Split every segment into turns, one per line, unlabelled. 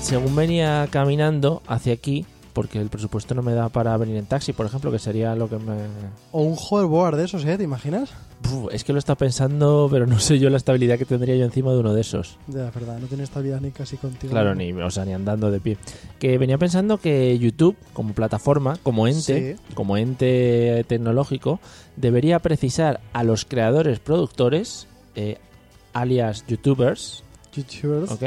Según venía caminando hacia aquí, porque el presupuesto no me da para venir en taxi, por ejemplo, que sería lo que me...
O un hoverboard de esos, ¿eh? ¿Te imaginas?
Uf, es que lo está pensando, pero no sé yo la estabilidad que tendría yo encima de uno de esos.
Ya, es verdad, no tiene estabilidad ni casi contigo.
Claro, ni, o sea, ni andando de pie. Que venía pensando que YouTube, como plataforma, como ente, como ente tecnológico, debería precisar a los creadores productores, eh, alias youtubers,
YouTubers.
¿ok?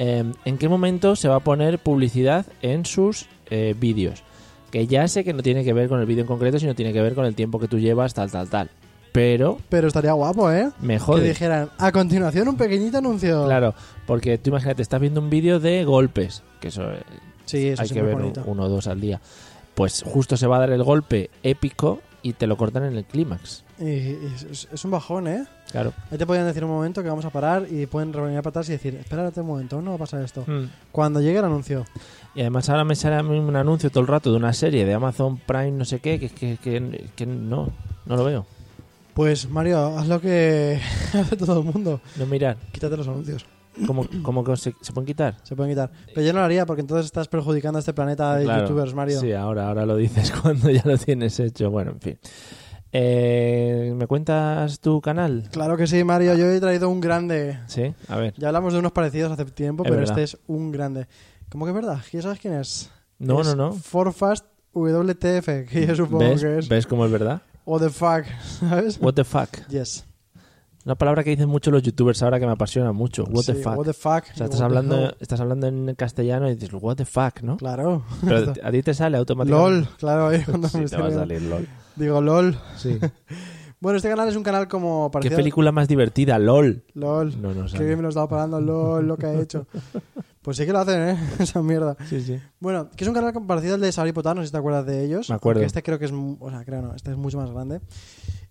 Eh, en qué momento se va a poner publicidad en sus eh, vídeos. Que ya sé que no tiene que ver con el vídeo en concreto, sino tiene que ver con el tiempo que tú llevas, tal, tal, tal. Pero
Pero estaría guapo, ¿eh?
me
Que
jode.
dijeran, a continuación un pequeñito anuncio.
Claro, porque tú imagínate, estás viendo un vídeo de golpes, que eso eh,
Sí, eso
hay
sí
que
muy
ver un-
bonito.
uno o dos al día. Pues justo se va a dar el golpe épico y te lo cortan en el clímax.
Y- y es, es un bajón, ¿eh?
Claro.
Ahí te podían decir un momento que vamos a parar y pueden reunir para atrás y decir, espérate un momento, no va a pasar esto. Cuando llegue el anuncio.
Y además ahora me sale a mí un anuncio todo el rato de una serie de Amazon Prime, no sé qué, que, que, que, que no, no lo veo.
Pues Mario, haz lo que hace todo el mundo.
No mirar.
Quítate los anuncios.
¿Cómo, cómo que se, se pueden quitar?
Se pueden quitar. Pero yo no lo haría porque entonces estás perjudicando a este planeta de
Claro.
youtubers, Mario.
Sí, ahora, ahora lo dices cuando ya lo tienes hecho. Bueno, en fin. Eh, ¿Me cuentas tu canal?
Claro que sí, Mario. Yo he traído un grande.
Sí, a ver.
Ya hablamos de unos parecidos hace tiempo,
Es
pero
verdad.
este es un grande. ¿Cómo que es verdad? ¿Ya sabes quién es?
No,
Es
no, no.
Forfast WTF, que yo supongo
¿Ves?
que es.
¿Ves cómo es verdad?
O the fuck, ¿sabes?
What the fuck.
Yes.
Una palabra que dicen mucho los youtubers ahora que me apasiona mucho. What the
Sí,
fuck.
What the fuck.
O sea,
What
estás
the
hablando,
hell.
estás hablando en castellano y dices, what the fuck, ¿no?
Claro.
Pero a ti te sale automáticamente.
LOL, claro. ahí cuando me
Sí, te
estoy
va a
viendo.
salir LOL.
Digo LOL.
Sí.
Bueno, este canal es un canal como
¿Qué
parecido.
película más divertida? LOL.
LOL.
No, no
Qué bien
sale.
me lo he estado parando, LOL, lo que ha hecho. Pues sí que lo hacen, ¿eh? Esa mierda.
Sí, sí.
Bueno, que es un canal como parecido al de Sabri Potano, si te acuerdas de ellos.
Me acuerdo.
Aunque Este creo que es. mu- O sea, creo no, este es mucho más grande.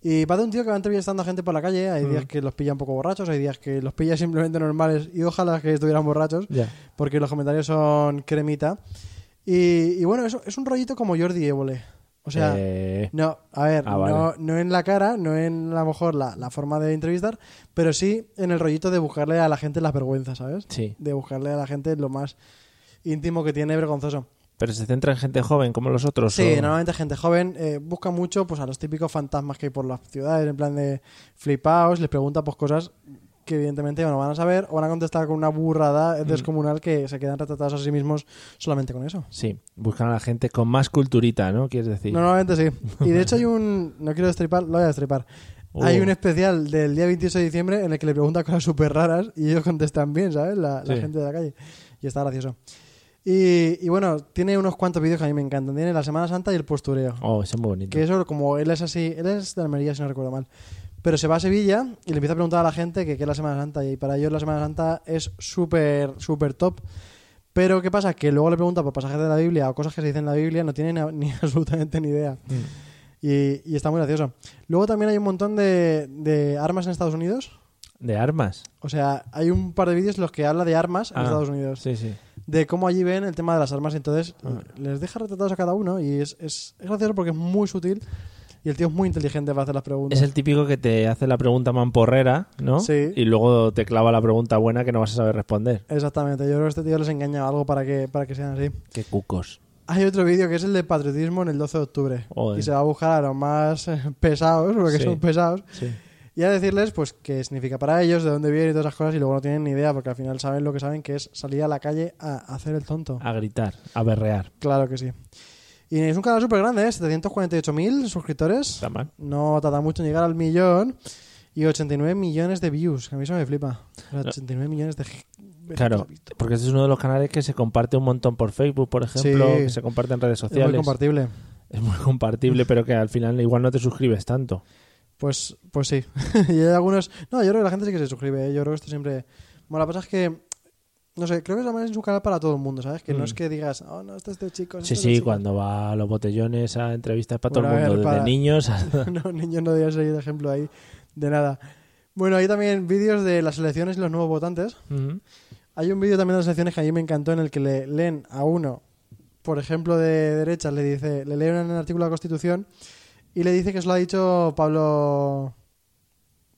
Y va de un tío que va entrevistando a gente por la calle.
Mm.
Hay días que los pilla un poco borrachos, hay días que los pilla simplemente normales y ojalá que estuvieran borrachos,
Ya.
porque los comentarios son cremita. Y, y bueno, es, es un rollito como Jordi Évole. O sea.
Eh,
No, a ver,
Ah,
no-
vale.
no, en la cara, no en a lo mejor la, la forma de entrevistar, pero sí en el rollito de buscarle a la gente las vergüenzas, ¿sabes?
sí.
De buscarle a la gente lo más íntimo que tiene vergonzoso.
Pero se centra en gente joven como los otros.
Sí,
o-
normalmente gente joven eh, busca mucho pues a los típicos fantasmas que hay por las ciudades, en plan de flipaos, les pregunta pues cosas que evidentemente no van a saber o van a contestar con una burrada descomunal que se quedan retratados a sí mismos solamente con eso.
Sí, buscan a la gente con más culturita, ¿no? Quieres decir.
Normalmente sí. Y de hecho hay un... No quiero destripar, lo voy a destripar.
Uh.
Hay un especial del día 28 de diciembre en el que le pregunta cosas súper raras y ellos contestan bien, ¿sabes? La, la
Sí.
gente de la calle. Y está gracioso. Y, y bueno, tiene unos cuantos vídeos que a mí me encantan. Tiene la Semana Santa y el postureo.
Oh, eso es muy bonito.
Que eso, como él es así, él es de Almería, si no recuerdo mal. Pero se va a Sevilla y le empieza a preguntar a la gente que qué es la Semana Santa. Y para ellos la Semana Santa es súper, súper top. Pero ¿qué pasa? Que luego le pregunta por pasajes de la Biblia o cosas que se dicen en la Biblia, no tienen ni, ni absolutamente ni idea. Y, y está muy gracioso. Luego también hay un montón de, de armas en Estados Unidos.
De armas.
O sea, hay un par de vídeos en los que habla de armas en
Ah,
Estados Unidos.
Sí, sí.
De cómo allí ven el tema de las armas. Entonces
Ah.
les deja retratados a cada uno y es, es, es gracioso porque es muy sutil y el tío es muy inteligente para hacer las preguntas.
Es el típico que te hace la pregunta mamporrera, ¿no?
Sí.
Y luego te clava la pregunta buena que no vas a saber responder.
Exactamente, yo creo que a este tío les engaña algo para que, para que sean así.
Qué cucos.
Hay otro vídeo que es el de patriotismo en el 12 de octubre.
Joder.
Y se va a buscar a los más eh, pesados, porque
Sí.
son pesados,
Sí.
y a decirles pues qué significa para ellos, de dónde vienen y todas esas cosas, y luego no tienen ni idea, porque al final saben lo que saben, que es salir a la calle a hacer el tonto.
A gritar, a berrear.
Claro que sí. Y es un canal súper grande, ¿eh? 748.000 suscriptores.
Está mal.
No tarda mucho en llegar al millón. Y 89 millones de views. que A mí eso me flipa. O sea,
No.
89 millones de, veces que
Claro,
la he visto.
porque este es uno de los canales que se comparte un montón por Facebook, por ejemplo,
Sí.
que se comparte en redes
Es muy
sociales.
compartible.
Es muy compartible, pero que al final igual no te suscribes tanto.
Pues, pues sí. y hay algunos. No, yo creo que la gente sí que se suscribe. ¿eh? Yo creo que esto siempre. Bueno, la cosa es que. No sé, creo que es es un canal para todo el mundo, ¿sabes? Que no
Mm.
es que digas, oh, no, este es de chicos.
Sí,
este es de
sí,
chicas".
cuando va a los botellones a entrevistas para
Bueno,
todo
a
el mundo,
ver,
desde
para-
niños a...
no, niños no deberían seguir de ejemplo ahí de nada. Bueno, hay también vídeos de las elecciones y los nuevos votantes.
Ujú.
Hay un vídeo también de las elecciones que a mí me encantó en el que le leen a uno, por ejemplo, de derechas, le dice, le leen un artículo de la Constitución y le dice que eso lo ha dicho Pablo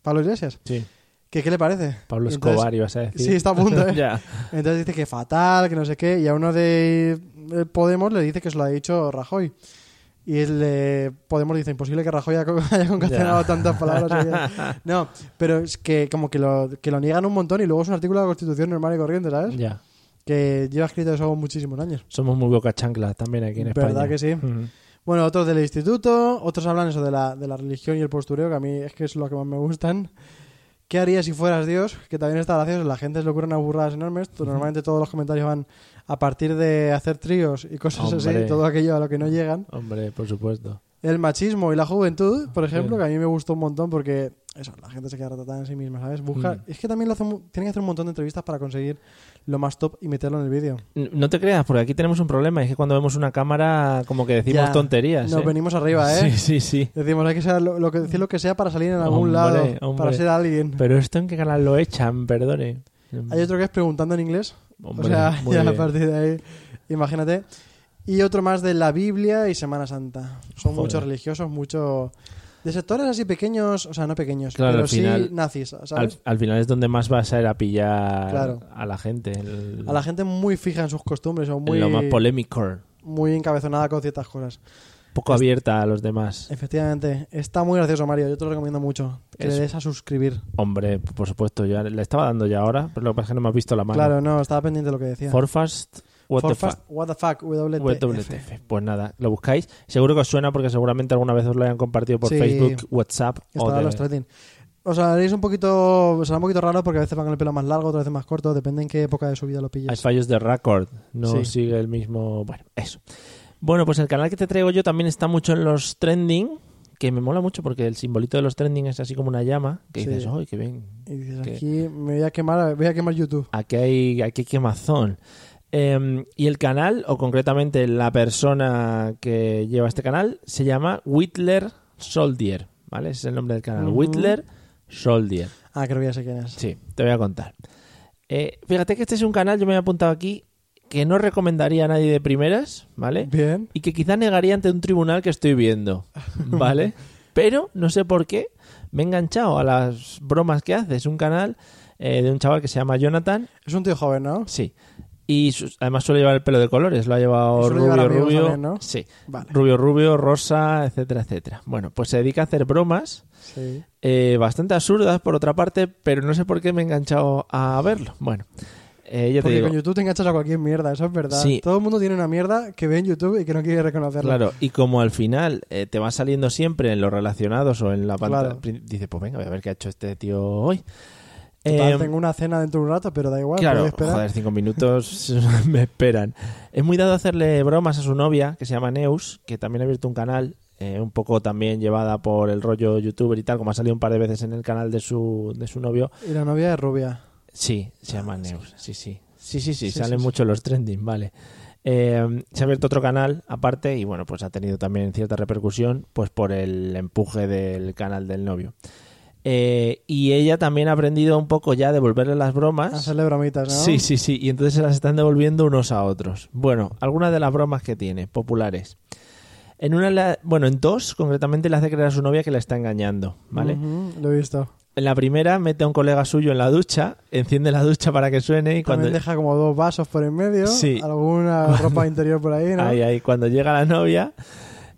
Pablo Iglesias.
Sí,
que qué le parece?
Pablo
Y entonces-
Escobar ibas a decir.
Sí, está a punto, ¿eh?
ya.
Entonces dice que fatal, que no sé qué, y a uno de eh, Podemos le dice que se lo ha dicho Rajoy. Y el de Podemos dice, imposible que Rajoy haya con- haya concatenado
Ya.
tantas palabras. seguidas". no, pero es que como que lo, que lo niegan un montón y luego es un artículo de la Constitución normal y corriente, ¿sabes?
ya.
Que lleva escrito eso muchísimos años.
Somos muy boca chancla también aquí en España.
¿Verdad que sí?
Ujú.
Bueno, otros del instituto, otros hablan eso de la, de la religión y el postureo, que a mí es que es lo que más me gustan. ¿Qué harías si fueras Dios? Que también está gracioso, la gente se le ocurren unas burradas enormes. Tú, Normalmente todos los comentarios van a partir de hacer tríos y cosas
Hombre.
así, todo aquello a lo que no llegan.
Hombre, por supuesto.
El machismo y la juventud, por ejemplo,
Sí.
que a mí me gustó un montón porque eso, la gente se queda retratada en sí misma, ¿sabes? Busca,
Mm.
Es que también lo hacen mu- tienen que hacer un montón de entrevistas para conseguir lo más top y meterlo en el vídeo.
N- No te creas, porque aquí tenemos un problema. Es que cuando vemos una cámara, como que decimos
Ya.
tonterías.
Nos
¿eh?
venimos arriba, ¿eh?
Sí, sí, sí.
Decimos, hay que ser lo, lo que, decir lo que sea para salir en algún
Hombre,
lado, para
hombre.
ser alguien.
Pero esto en qué canal lo echan, perdone.
Hay otro que es preguntando en inglés.
Hombre,
o sea,
muy
ya a
bien.
partir de ahí, imagínate. Y otro más de la Biblia y Semana Santa. Son
Joder.
muchos religiosos, mucho... De sectores así pequeños, o sea, no pequeños,
Claro,
pero
al final-
sí nazis,
Al,
¿sabes?
al final es donde más vas a ir a pillar
Claro.
a la gente. el-
A la gente muy fija en sus costumbres o
en
muy,
lo más polémico.
muy encabezonada con ciertas cosas.
Poco abierta a los demás.
Efectivamente, está muy gracioso, Mario. Yo te lo recomiendo mucho. Que
Es-
le des a suscribir.
Hombre, por supuesto, ya le estaba dando ya ahora, pero lo que pasa es que no me has visto la mano.
Claro, no, estaba pendiente de lo que decía.
Forfast, what the
Forfast- what the fuck,
fuck,
WTF.
WTF. Pues nada, lo buscáis. Seguro que os suena porque seguramente alguna vez os lo hayan compartido por
Sí.
Facebook, WhatsApp o
Estará
de-
los trending. O sea, haréis un poquito, será un poquito raro porque a veces van con el pelo más largo, otras veces más corto, depende en qué época de su vida lo
Hay
pilles.
fallos de record, no
Sí.
sigue el mismo. Bueno, eso. Bueno, pues el canal que te traigo yo también está mucho en los trending, que me mola mucho porque el simbolito de los trending es así como una llama, que
Sí.
dices, ¡ay, qué bien!
Y dices,
¿Qué?
aquí me voy a quemar, voy a quemar YouTube.
Aquí hay, aquí hay quemazón. Eh, y el canal, o concretamente la persona que lleva este canal, se llama Whitler Soldier, ¿vale? Ese es el nombre del canal,
Ujú.
Whitler Soldier.
Ah, creo que ya sé quién es.
Sí, te voy a contar. Eh, fíjate que este es un canal, yo me he apuntado aquí, que no recomendaría a nadie de primeras, ¿vale?
Bien.
Y que quizá negaría ante un tribunal que estoy viendo, ¿vale? Pero no sé por qué me he enganchado a las bromas que hace. Es un canal eh, de un chaval que se llama Jonathan,
Es un tío joven, ¿no?
sí. Y sus- además suele llevar el pelo de colores, lo ha llevado
Suele llevar
rubio,
amigos
rubio.
también, ¿no?
Sí,
Vale.
rubio, rubio, rosa, etcétera, etcétera. Bueno, pues se dedica a hacer bromas
Sí.
eh, bastante absurdas por otra parte, pero no sé por qué me he enganchado a verlo. Bueno, eh, ya te
Porque
digo.
con YouTube te enganchas a cualquier mierda, eso es verdad.
Sí.
Todo el mundo tiene una mierda que ve en YouTube y que no quiere reconocerla.
Claro, y como al final eh, te va saliendo siempre en los relacionados o en la pantalla,
Claro.
dice, pues venga, voy a ver qué ha hecho este tío hoy.
Total,
Em,
tengo una cena dentro de un rato, pero da igual,
Claro,
puedo Ah, esperar.
joder, cinco minutos me esperan. Es muy dado hacerle bromas a su novia, que se llama Neus, que también ha abierto un canal, eh, un poco también llevada por el rollo youtuber y tal, como ha salido un par de veces en el canal de su, de su novio.
Y la novia es rubia.
Sí, se llama Neus, sí, sí. Sí, sí, sí,
Ah, Sí,
salen
sí, sí.
mucho los trending, vale. Eh, se ha abierto otro canal aparte y bueno, pues ha tenido también cierta repercusión pues por el empuje del canal del novio. Eh, y ella también ha aprendido un poco ya de devolverle las bromas.
Hacerle bromitas, ¿no?
Sí, sí, sí. Y entonces se las están devolviendo unos a otros. Bueno, algunas de las bromas que tiene, populares. En una, la- bueno, en dos, concretamente, le hace creer a su novia que la está engañando, ¿vale?
Ujú, lo he visto.
En la primera, mete a un colega suyo en la ducha, enciende la ducha para que suene y cuando...
También deja como dos vasos por en medio,
Sí.
alguna ropa interior por ahí, ¿no?
Ahí, ahí. Cuando llega la novia,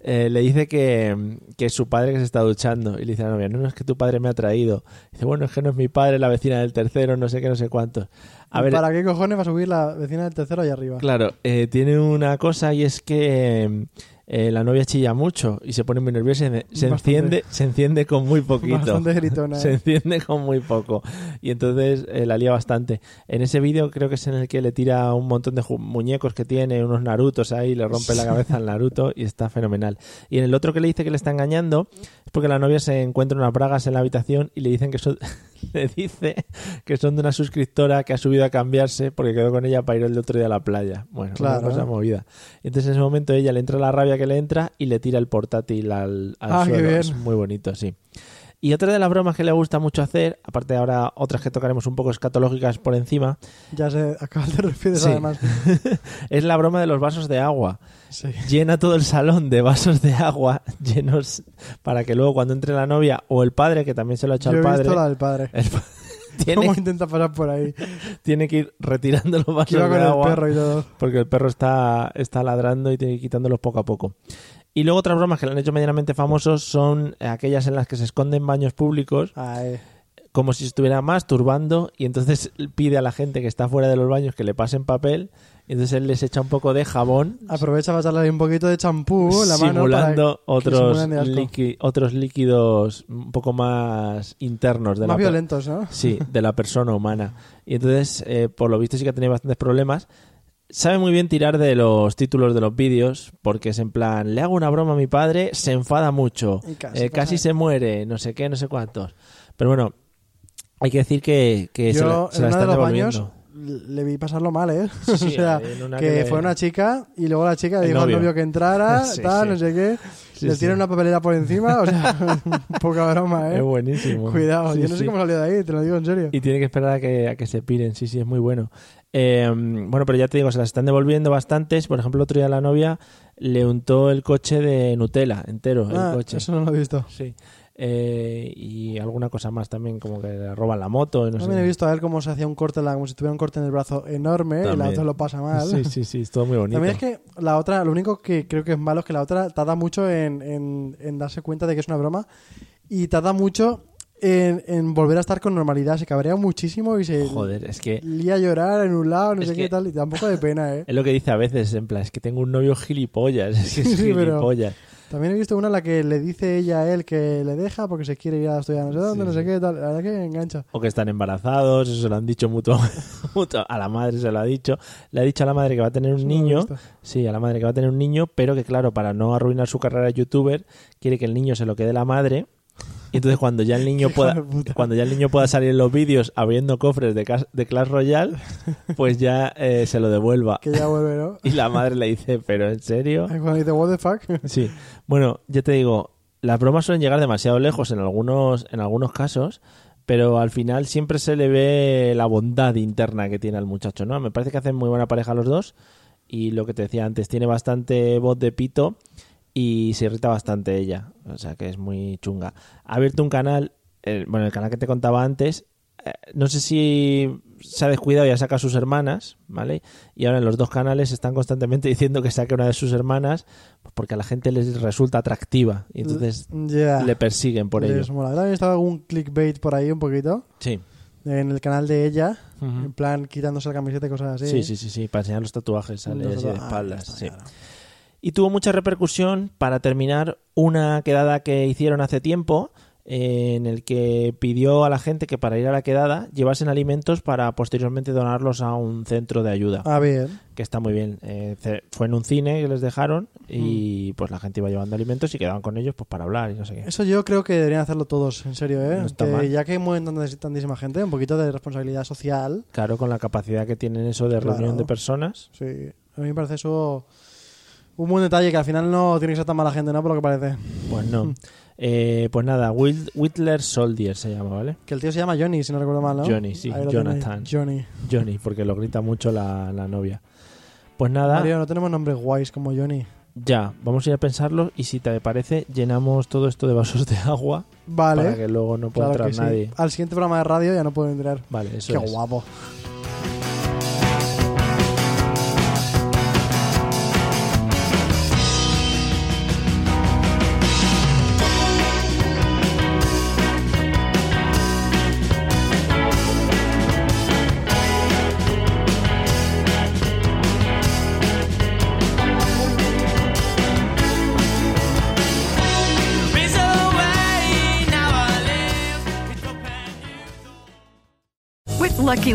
eh, le dice que, que es su padre que se está duchando. Y le dice a la novia, no, no, es que tu padre me ha traído. Dice, bueno, es que no es mi padre, la vecina del tercero, no sé qué, no sé cuántos. A
¿Y
ver,
¿Para qué cojones va a subir la vecina del tercero allá arriba?
Claro, eh, tiene una cosa y es que eh, eh, la novia chilla mucho y se pone muy nerviosa y se, se enciende, se enciende con muy poquito.
Bastante gritona. eh.
se enciende con muy poco. Y entonces eh, la lía bastante. En ese vídeo creo que es en el que le tira un montón de ju- muñecos que tiene, unos narutos ahí, le rompe la cabeza al naruto y está fenomenal. Y en el otro que le dice que le está engañando es porque la novia se encuentra unas bragas en la habitación y le dicen que son... Le dice que son de una suscriptora que ha subido a cambiarse porque quedó con ella para ir el otro día a la playa. Bueno,
Claro.
una cosa movida. Entonces en ese momento ella le entra la rabia que le entra y le tira el portátil al, al
Ah, qué
suelo.
bien.
Es muy bonito, sí. Y otra de las bromas que le gusta mucho hacer, aparte de ahora otras que tocaremos un poco escatológicas por encima,
Ya se acaba de refieres
Sí.
además.
es la broma de los vasos de agua.
Sí.
Llena todo el salón de vasos de agua llenos para que luego cuando entre la novia o el padre, que también se lo ha hecho
Yo he
al padre,
visto la del padre.
el pa-
Cómo
tiene,
intenta pasar por ahí.
tiene que ir retirando los vasos
Que iba
de
con el
agua.
perro y todo.
porque el perro está, está ladrando y tiene que ir quitándolos poco a poco. Y luego otras bromas que le han hecho medianamente famosos son aquellas en las que se esconden baños públicos
Ay,
como si estuviera masturbando y entonces pide a la gente que está fuera de los baños que le pasen papel y entonces él les echa un poco de jabón
aprovecha para darle un poquito de champú en Uh, la mano.
simulando
para que
otros,
simulan de asco.
líqui- otros líquidos un poco más internos de
Más
la pe-
violentos, ¿no?
Sí, de la persona humana. Y entonces, eh, por lo visto, sí que ha tenido bastantes problemas. Sabe muy bien tirar de los títulos de los vídeos, porque es en plan, le hago una broma a mi padre, se enfada mucho,
Y
eh,
casi
casi,
Ah, pasa.
se muere, no sé qué, no sé cuántos. Pero bueno, hay que decir que, que se la,
Yo
se la
en uno de
están
los
devolviendo.
baños le vi pasarlo mal, ¿eh?
Sí,
o
sí,
sea,
en una
que,
que le-
fue una chica y luego la chica
El
dijo
novio.
al novio que entrara,
Sí,
tal,
sí.
no sé qué.
Sí,
le
sí.
tiran una papelera por encima, o sea, poca broma, ¿eh?
Es buenísimo.
Cuidado,
Sí,
yo no sé
sí.
cómo salió de ahí, te lo digo en serio.
Y tiene que esperar a que, a que se piren, sí, sí, es muy bueno. Eh, bueno, pero ya te digo, se las están devolviendo bastantes. Por ejemplo, el otro día la novia le untó el coche de Nutella entero,
Ah,
el coche.
Eso no lo he visto.
Sí. Eh, y alguna cosa más también, como que le roban la moto. y No
También
sé.
he visto a ver cómo se hacía un corte, en la- como si tuviera un corte en el brazo enorme y la
También.
otra lo pasa mal.
Sí, sí, sí, es todo muy bonito.
También es que la otra, lo único que creo que es malo es que la otra tarda mucho en, en- en darse cuenta de que es una broma y tarda mucho en, en volver a estar con normalidad. Se cabrea muchísimo y se
Joder, es que
lía a llorar en un lado, no
Es
sé qué
que-
tal, y tampoco de pena, ¿eh?
es lo que dice a veces, en plan, es que tengo un novio gilipollas. Es que es
Sí, pero-
gilipollas.
También he visto una en la que le dice ella a él que le deja porque se quiere ir a estudiar no sé dónde,
Sí,
no sé
sí.
qué tal. La verdad que engancha.
O que están embarazados, eso se lo han dicho mutuo, mutuo- A la madre se lo ha dicho. Le ha dicho a la madre que va a tener un
Eso no lo he
niño.
visto.
Sí, a la madre que va a tener un niño, pero que claro, para no arruinar su carrera de youtuber, quiere que el niño se lo quede la madre. Y entonces cuando ya el niño
Hijo de
pueda
puta.
cuando ya el niño pueda salir en los vídeos abriendo cofres de, cas- de Clash Royale, pues ya eh, se lo devuelva.
Que ya vuelve, ¿no?
Y la madre le dice, "¿Pero en serio?"
Ay, Cuando dice, what the fuck.
Sí. Bueno, ya te digo, las bromas suelen llegar demasiado lejos en algunos en algunos casos, pero al final siempre se le ve la bondad interna que tiene al muchacho, ¿no? Me parece que hacen muy buena pareja los dos y lo que te decía antes, tiene bastante voz de pito y se irrita bastante ella, o sea que es muy chunga. Ha abierto un canal, eh, bueno, el canal que te contaba antes, eh, no sé si se ha descuidado y ha sacado a sus hermanas, ¿vale? Y ahora en los dos canales están constantemente diciendo que saque una de sus hermanas pues porque a la gente les resulta atractiva y entonces
Ya.
le persiguen por
Les
ello.
mola. También estaba algún clickbait por ahí un poquito.
Sí.
En el canal de ella.
Ujú.
En plan, quitándose la camiseta y cosas así.
Sí, sí, sí, sí, para enseñar los tatuajes, sale
Nosotros-
así de
ah,
espaldas.
ya está,
sí.
claro.
Y tuvo mucha repercusión para terminar una quedada que hicieron hace tiempo eh, en el que pidió a la gente que para ir a la quedada llevasen alimentos para posteriormente donarlos a un centro de ayuda,
Ah, bien.
que está muy bien. Eh, ce- fue en un cine que les dejaron y pues la gente iba llevando alimentos y quedaban con ellos pues para hablar y no sé qué.
Eso yo creo que deberían hacerlo todos, en serio, ¿eh?
No está
Que
mal.
ya que mueven tantas- tantísima gente, un poquito de responsabilidad social.
Claro, con la capacidad que tienen eso de
Claro.
reunión de personas.
Sí. A mí me parece eso un buen detalle que al final no tiene que ser tan mala gente, ¿no? Por lo que parece.
Pues no. Eh, pues nada, Wild- Whitler Soldier se llama, ¿vale?
Que el tío se llama Johnny, si no recuerdo mal, ¿no?
Johnny, sí,
Ahí lo tiene,
Jonathan.
Johnny.
Johnny, porque lo grita mucho la, la novia. Pues nada,
Mario, no tenemos nombres guays como Johnny.
ya, vamos a ir a pensarlo y si te parece, llenamos todo esto de vasos de agua para
Vale.
que luego no pueda
Claro que
entrar
sí.
nadie.
Al siguiente programa de radio ya no puedo entrar.
Vale, eso
Qué
es.
guapo.
Lucky